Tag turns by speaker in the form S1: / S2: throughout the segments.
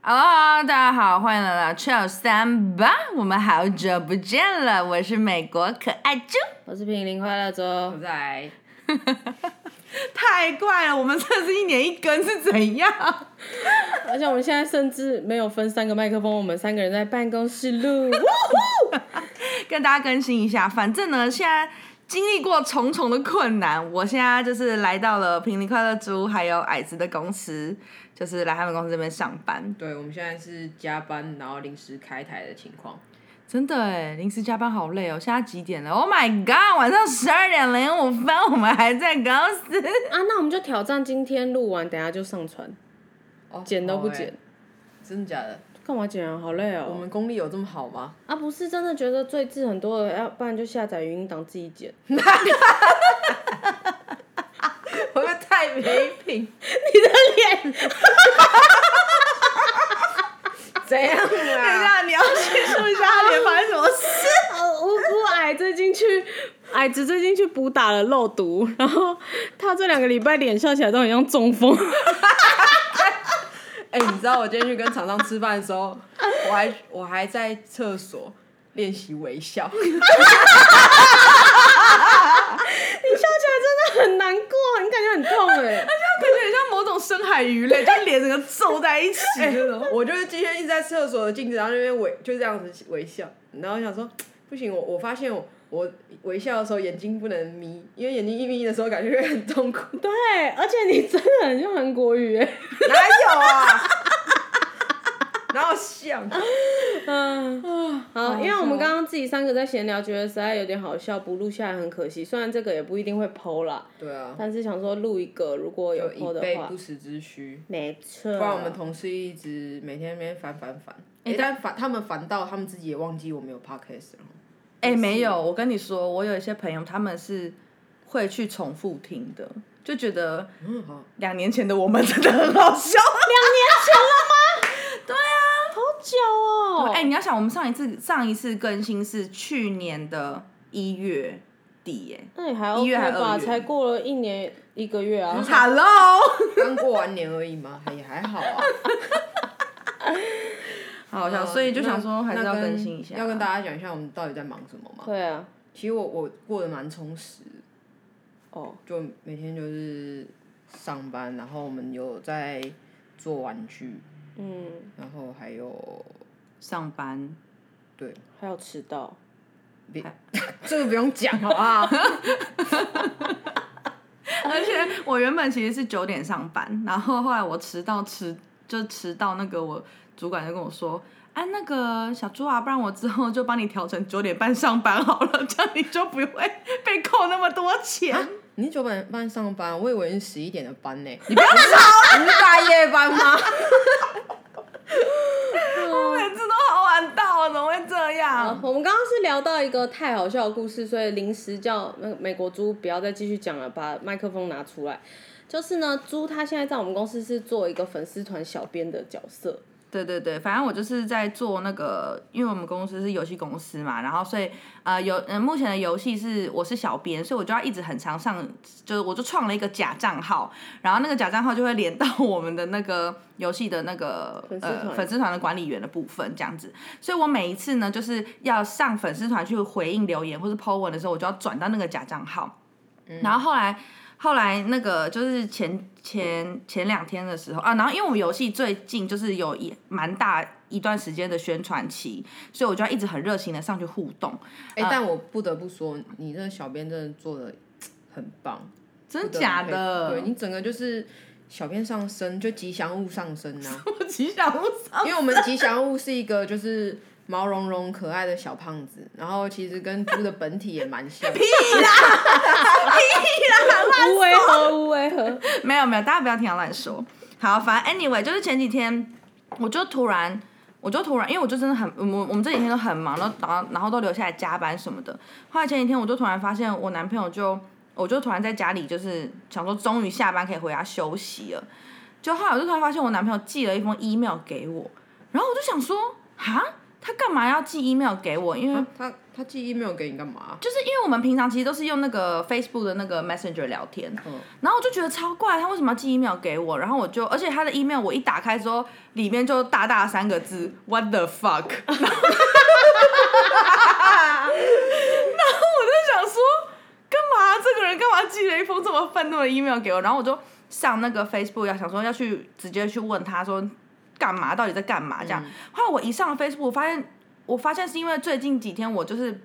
S1: Hello，大家好，欢迎来到 Chill 三八，我们好久不见了，我是美国可爱猪，
S2: 我是平林快乐
S3: 我
S2: 猪，
S3: 在
S1: 太怪了，我们这是一年一根是怎样？
S2: 而且我们现在甚至没有分三个麦克风，我们三个人在办公室录。
S1: 跟大家更新一下，反正呢，现在经历过重重的困难，我现在就是来到了平林快乐猪还有矮子的公司，就是来他们公司这边上班，
S3: 对，我们现在是加班，然后临时开台的情况。
S1: 真的哎，临时加班好累哦，现在几点了？Oh my god，晚上十二点零五分，我们还在公司。
S2: 啊，那我们就挑战今天录完，等下就上传，
S3: 哦
S2: 剪都不剪，，
S3: 真的假的？
S2: 干嘛剪啊？好累
S3: 我
S2: 哦。
S3: 们功力有这么好吗？
S2: 啊，不是真的觉得最字很多的，要不然就下载语音档自己剪。
S3: 会不会太没品？
S2: 你的脸，
S3: 怎样
S1: 等一
S3: 啊？
S1: 下，你要叙述一下他脸发生什么事？
S2: 呃，无辜矮最近去，矮子最近去补打了肉毒，然后他这两个礼拜脸笑起来都很像中风。
S3: 哎、你知道我今天去跟厂商吃饭的时候，我还我还在厕所练习 微笑，
S2: 你笑起来真的很难过，你感觉很痛哎、
S1: 感觉很像某种深海鱼类，就脸整个皱在一起这种。
S3: 我就是今天一直在厕所的镜子，然后那边微就这样子微笑，然后我想说不行，我我发现我我微笑的时候眼睛不能眯，因为眼睛一眯的时候感觉会很痛苦。
S2: 对，而且你真的很像韩国语哎、
S3: 哪有啊？ 哪 有像？
S2: 嗯，好，因为我们刚刚自己三个在闲聊，觉得实在有点好笑，不录下来很可惜。虽然这个也不一定会剖啦，
S3: 对啊，
S2: 但是想说录一个，如果有
S3: 就
S2: 剖
S3: 以
S2: 的
S3: 备
S2: 话
S3: 不，时之需。
S2: 没错。
S3: 不然
S1: 啊
S3: 我们同事一直每天那边烦烦烦，哎、但烦他们烦到他们自己也忘记我们有 podcast 了。
S1: 哎、没有，我跟你说，我有一些朋友他们是会去重复听的，就觉得
S3: 嗯，好，
S1: 两年前的我们真的很好笑。
S2: 好久哦、
S1: 哎、你要想，我们上一次上一次更新是去年的一月底、哎。
S2: 那也还
S1: 一
S2: OK
S1: 月还二
S2: 吧？
S1: 月嗯
S2: 才过了一年一个月啊。
S1: Hello，
S3: 刚过完年而已嘛，也还 好啊。
S1: 好笑，所以就想说还是要更新一下，啊
S3: 要跟大家讲一下我们到底在忙什么嘛。
S2: 对啊，
S3: 其实我我过得蛮充实的，
S2: 哦，
S3: 就每天就是上班，然后我们有在做玩具，
S2: 嗯，
S3: 然后还有
S1: 上班。
S3: 对，
S2: 还有迟到。
S3: 这个不用讲好 啊。
S1: 而且我原本其实是九点上班，然后后来我迟到迟就迟到那个我主管就跟我说。哎、那个小猪啊，不然我之后就帮你调成九点半上班好了，这样你就不会被扣那么多钱。
S3: 你是九点半上班，我以为是十一点的班呢、你不要吵，你是大夜班吗？
S1: 每次都好晚到，怎么会这
S2: 啊
S1: 样？
S2: 我们刚刚是聊到一个太好笑的故事，所以临时叫那个美国猪不要再继续讲了，把麦克风拿出来。就是呢，猪他现在在我们公司是做一个粉丝团小编的角 色，
S1: 对对对，反正我就是在做那个，因为我们公司是游戏公司嘛，然后所以呃游呃目前的游戏是我是小编，所以我就要一直很常上，就是我就创了一个假账号，然后那个假账号就会连到 我们的那个游戏的那个
S2: 粉丝
S1: 呃
S2: 团
S1: 粉丝团的管理员的部分这样子，所以我每一次呢就是要上粉丝团去回应留言或是 po 文的时候，我就要转到那个假账号，
S2: 嗯
S1: 然后后来。后来那个就是前前前两天的时候啊，然后因为我们游戏最近就是有一蛮大一段时间的宣传期，所以我就要一直很热情的上去互动。
S3: 哎、但我不得不说，你这个小编真的做的很棒，
S1: 真的假
S3: 不得
S1: 的
S3: 不佩服对？你整个就是小编上身，就吉祥物上身 啊。
S1: 我吉祥物上
S3: 因为我们吉祥物是一个就是毛茸茸可爱的小胖子，然后其实跟猪的本体也蛮像。
S2: 无为何无为何，
S1: 没有没有，大家不要听我乱说。好，反正 anyway，就是前几天我就突然，我就突然，因为我就真的很，我们我们这几天都很忙，然后然后然后都留下来加班什么的。后来前几天我就突然发现，我男朋友就，我就突然在家里就是想说，终于下班可以回家休息了。就后来我就突然发现，我男朋友寄了一封 email 给我，然后我就想说，哈，他干嘛要寄 email 给我？因为
S3: 啊他他寄 email 给你干嘛？
S1: 就是因为我们平常其实都是用那个 Facebook 的那个 Messenger 聊天，然后我就觉得超怪，他为什么要寄 email 给我？然后我就，而且他的 email 我一打开之后，里面就大大三个字 What the fuck，然 后然后我就想说，干嘛这个人干嘛寄了一封这么愤怒的 email 给我？然后我就上那个 Facebook 要想说要去直接去问他说干嘛，到底在干嘛这样。后来我一上 Facebook 我发现。我发现是因为最近几天我就是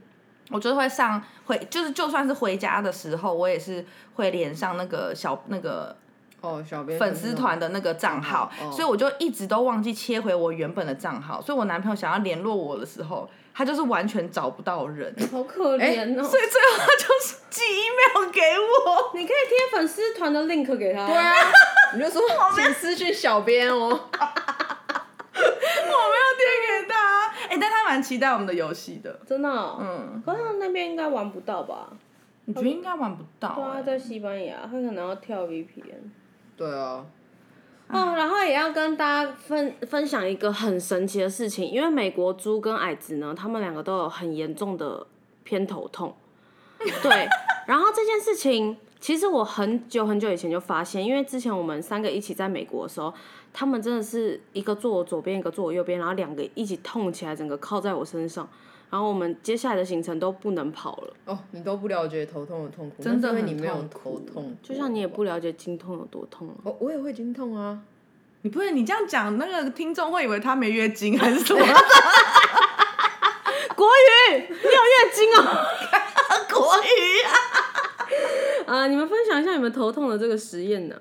S1: 我就是会上回，就是就算是回家的时候，我也是会连上那个小那个
S3: 哦，小编
S1: 粉丝团的那个账号，
S3: 哦
S1: 所以我就一直都忘记切回我原本的账号。所以我男朋友想要联络我的时候，他就是完全找不到人， 哎所以
S2: 好可怜哦、
S1: 最后他就是寄 email 给我。
S2: 你可以贴粉丝团的 link 给他。
S3: 对啊， 你 就说请私讯小编哦。
S1: 我没有贴给他，哎、但他蛮期待我们的游戏的。
S2: 真的哦、
S1: 嗯，
S2: 可是他那边应该玩不到吧？
S1: 你觉得应该玩不到、
S2: 对啊，
S1: 欸？
S2: 在西班牙，他可能要跳 VPN。
S3: 对啊，
S2: 哦，然后也要跟大家分分享一个很神奇的事情，因为美国猪跟矮子呢，他们两个都有很严重的偏头 痛。对，然后这件事情其实我很久很久以前就发现，因为之前我们三个一起在美国的时候，他们真的是一个坐我左边，一个坐我右边，然后两个一起痛起来，整个靠在我身上。然后我们接下来的行程都不能跑了，
S3: 哦，你都不了解头痛的痛苦，
S1: 真的
S3: 那是因为
S1: 很
S3: 你没有
S1: 痛苦
S3: 头痛，哦
S2: 就像你也不了解经痛有多痛啊。
S3: 我我也会经痛啊。
S1: 你不是你这样讲，那个听众会以为他没月经还是什么？
S2: 国语，你有月经哦。
S1: 国语啊。
S2: 啊，你们分享一下你们头痛的这个实验呢、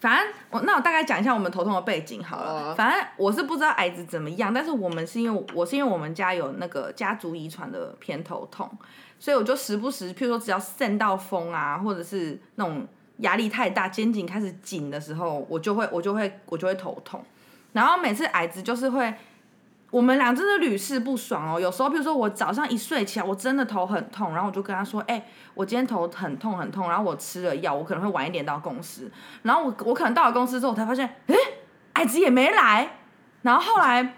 S1: 反正我那我大概讲一下我们头痛的背景好了。
S3: 好啊
S1: 反正我是不知道矮子怎么样，但是我们是因为我是因为我们家有那个家族遗传的偏头痛，所以我就时不时，譬如说只要散到风啊，或者是那种压力太大，肩颈开始紧的时候，我就会我就会我就会头痛。然后每次矮子就是会，我们俩真的屡试不爽哦。有时候，譬如说我早上一睡起来，我真的头很痛，然后我就跟他说：“哎、我今天头很痛很痛。”然后我吃了药，我可能会晚一点到公司。然后我我可能到了公司之后，我才发现，哎、矮子也没来。然后后来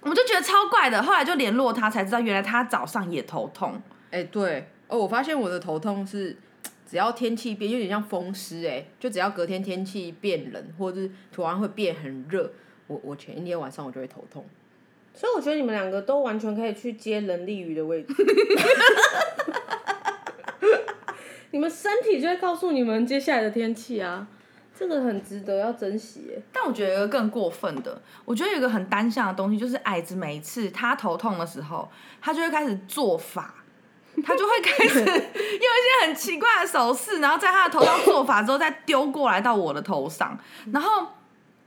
S1: 我就觉得超怪的，后来就联络他才知道，原来他早上也头痛。
S3: 哎、对哦，我发现我的头痛是只要天气变，有点像风湿哎、就只要隔天天气变冷，或者是突然会变很热，我我前一天晚上我就会头痛。
S2: 所以我觉得你们两个都完全可以去接人力鱼的位置。 你们身体就会告诉你们接下来的天气啊，这个很值得要珍惜耶。
S1: 但我觉得有一个更过分的，我觉得有一个很单向的东西，就是矮子每一次他头痛的时候，他就会开始做法，他就会开始用一些很奇怪的手势，然后在他的头上做法之后，再丢过来到我的头上。然后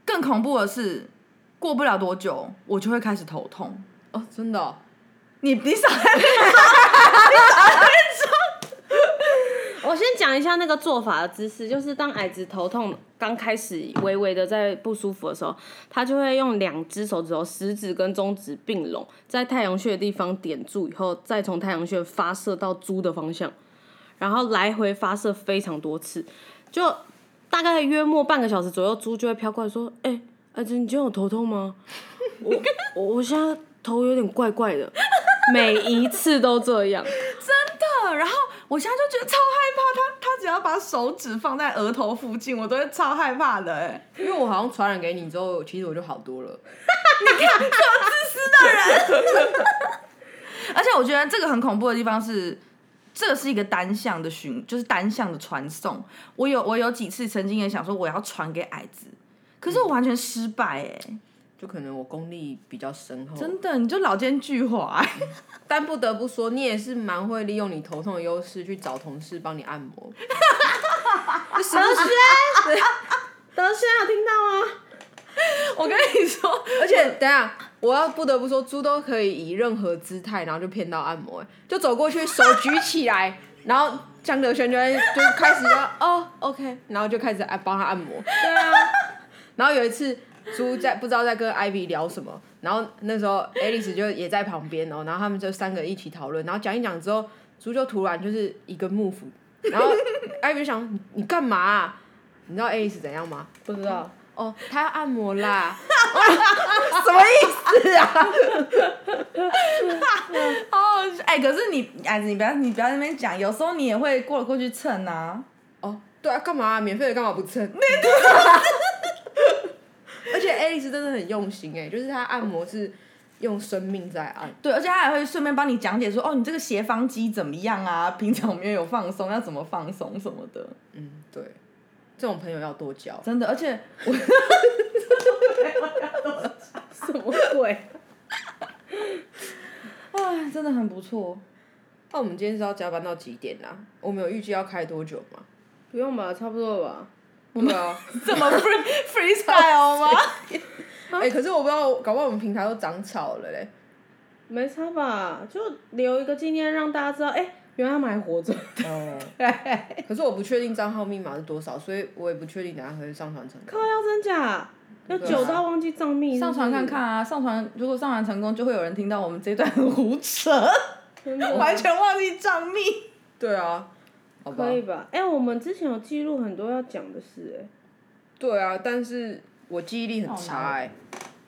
S1: 更恐怖的是，过不了多久我就会开始头痛。
S3: 哦，真的、哦，
S1: 你你少在那边
S2: 我先讲一下那个做法的姿势，就是当矮子头痛刚开始微微的在不舒服的时候，他就会用两只手指头，食指跟中指并拢，在太阳穴的地方点住以后，再从太阳穴发射到猪的方向，然后来回发射非常多次，就大概约莫半个小时左右，猪就会飘过来说：“哎、矮子，你今天有头痛吗？我我我现在头有点怪怪的。”每一次都这样。
S1: 真的。然后我现在就觉得超害怕，他他只要把手指放在额头附近，我都会超害怕的、哎。
S3: 因为我好像传染给你之后，其实我就好多了。
S1: 而且我觉得这个很恐怖的地方是，这是一个单向的循，就是单向的传送。我有我有几次曾经也想说我要传给矮子，可是我完全失败哎、
S3: 就可能我功力比较深厚，
S1: 真的，你就老奸巨猾、欸。
S3: 但不得不说，你也是蛮会利用你头痛的优势去找同事帮你 按摩。
S2: 德轩，
S3: 啊
S2: 德轩有听到吗？
S1: 我跟你说，
S3: 而且等一下，我要不得不说，猪都可以以任何姿态，然后就骗到按摩、欸，就走过去，手举起来，然后江德轩就会就开始要哦 OK，然后就开始按帮他按摩。
S2: 对啊，
S3: 然后有一次，猪在不知道在跟 Ivy 聊什么，然后那时候 Alice 就也在旁边哦，然后他们就三个一起讨论，然后讲一讲之后，猪就突然就是一个幕府，然后 Ivy 就想你你干嘛啊、你知道 Alice 怎样吗？
S2: 不知道。
S3: 哦，他要按摩啦，什么意思啊？
S1: 哦，哎、可是你，哎，你不要，你不要在那边讲，有时候你也会过过去蹭啊。
S3: 哦，对啊，干嘛、免费的干嘛不蹭？ 而且 Alice 真的很用心哎、就是她按摩是用生命在按。
S1: 对，而且他还会顺便帮你讲解说，哦，你这个斜方肌怎么样啊？ 平常有没有放松，要怎么放松什么的。
S3: 嗯，对，这种朋友要多交。
S1: 真的，而且
S2: 什么鬼？
S1: 哎，真的很不错。
S3: 那我们今天是要加班到几点啊？我们有预计要开多久吗？
S2: 不用吧，差不多了吧。
S3: 对 啊，
S1: 这么 free freestyle 吗？
S3: 哎、可是我不知道，搞不好我们平台都长草了嘞。
S2: 没差吧，就留一个纪念，让大家知道，哎、原来他们还活 着。
S3: 哦， 可是我不确定账号密码是多少，所以我也不确定等下会上传成功。
S2: 靠腰真假？要久到忘记账密？
S1: 上传看看啊，上传如果上传成功，就会有人听到我们这段很胡 扯，
S2: 是不是，真的
S1: 完全忘记账密。
S3: 对啊，好吧
S2: 可。以吧？哎、我们之前有记录很多要讲的事、哎。
S3: 对啊，但是我记忆力很差哎、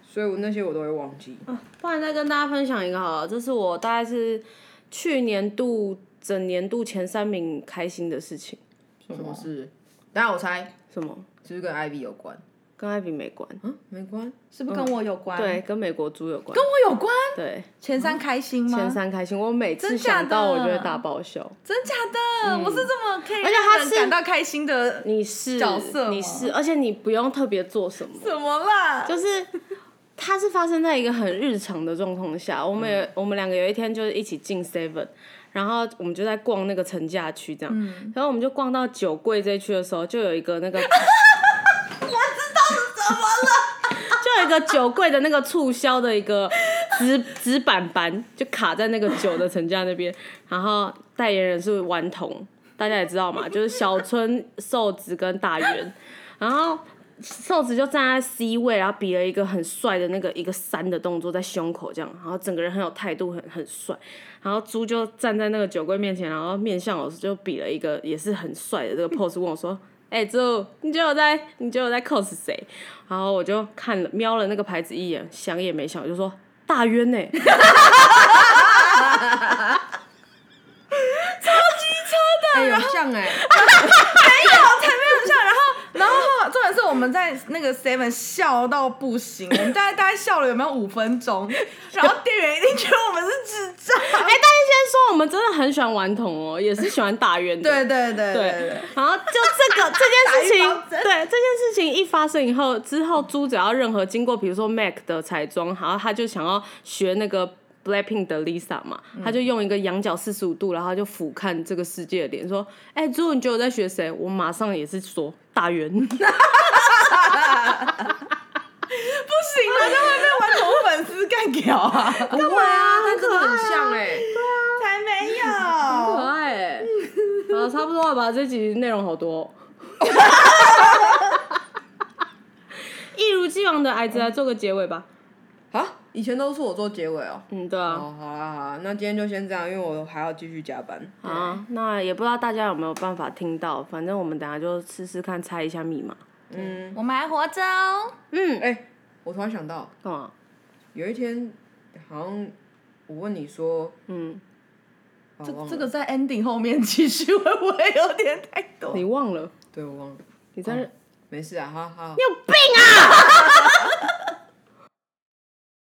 S3: 所以我那些我都会忘记。
S2: 啊不然再跟大家分享一个好了，这是我大概是去年度整年度前三名开心的事情。
S3: 什么事？等下我猜，
S2: 什么？
S3: 是不是跟 Ivy 有关？
S2: 跟艾比没关，
S3: 嗯，没关。
S1: 是不是跟我有关？
S2: 对，跟美国猪有关。
S1: 跟我有关。
S2: 对，
S1: 前三开心吗？
S2: 前三开心，我每次
S1: 真假的
S2: 想到我就会大爆笑。
S1: 真假的，我是这么可以
S2: 而且他
S1: 让人
S2: 是
S1: 感到开心的，
S2: 你是
S1: 角色吗
S2: 你是，而且你不用特别做什么，
S1: 怎么啦？
S2: 就是它是发生在一个很日常的状况下。我们也、我们两个有一天就是一起进 Seven，然后我们就在逛那个城价区这样，然后我们就逛到酒柜这一区的时候，就有一个那个嗯 ，我知道 是什么了，就有一个酒柜的那个促销的一个。纸纸板板就卡在那个酒的成架那边，然后代言人是顽童，大家也知道嘛，就是小春、瘦子跟大圆，然后瘦子就站在 C 位，然后比了一个很帅的那个一个三的动作在胸口这样，然后整个人很有态度，很很帅。然后猪就站在那个酒柜面前，然后面向我就比了一个也是很帅的这个 pose，问我说：“哎、猪，你觉得我在你觉得我在 cos 谁？”然后我就看了瞄了那个牌子一眼，想也没想，我就说：“大欸冤呢、
S3: 哎、有像哎、
S1: 然后重点是我们在那个 Seven 笑到不行，我们大概大概笑了有没有五分 钟？然后店员一定觉得我们是智障。
S2: 哎、但是先说，我们真的很喜欢顽童哦，也是喜欢大冤的。
S1: 对对对对对
S2: 对，然后就这 个这件事情
S1: 打预防，针
S2: 对这件事情一发生以后，之后猪只要任何经过，比如说 MAC 的彩妆，然后他就想要学那个 Blackpink 的 Lisa 嘛，
S1: 嗯
S2: 他就用一个仰角四十五度，然后他就俯瞰这个世界的脸，说：“哎、猪，你觉得我在学谁？”我马上也是说大 圆。
S1: 不行了，在外面玩头粉丝干掉啊！
S3: 不会啊，但真的很像哎、
S1: 才没
S2: 可
S1: 有。
S2: 爱、 欸。好，差不多了吧？这集内容好多、哦。一如既往的矮子来做个结尾吧。
S3: 啊，以前都是我做结尾哦、
S2: 嗯，对啊。
S3: 哦，好啦好啦，那今天就先这样，因为我还要继续加班。
S2: 啊，那也不知道大家有没有办法听到，反正我们等下就试试看猜一下密码。
S3: 嗯，
S1: 我们还活着哦。
S2: 嗯，
S3: 哎、我突然想到，
S2: 干嘛？
S3: 有一天好像我问你说，
S2: 嗯，
S3: 啊
S1: 这
S3: 忘了
S1: 这个在 ending 后面继续会不会有点太多？
S2: 你忘了？
S3: 对我忘了，
S2: 你在、
S3: 没事啊，好好，
S2: 要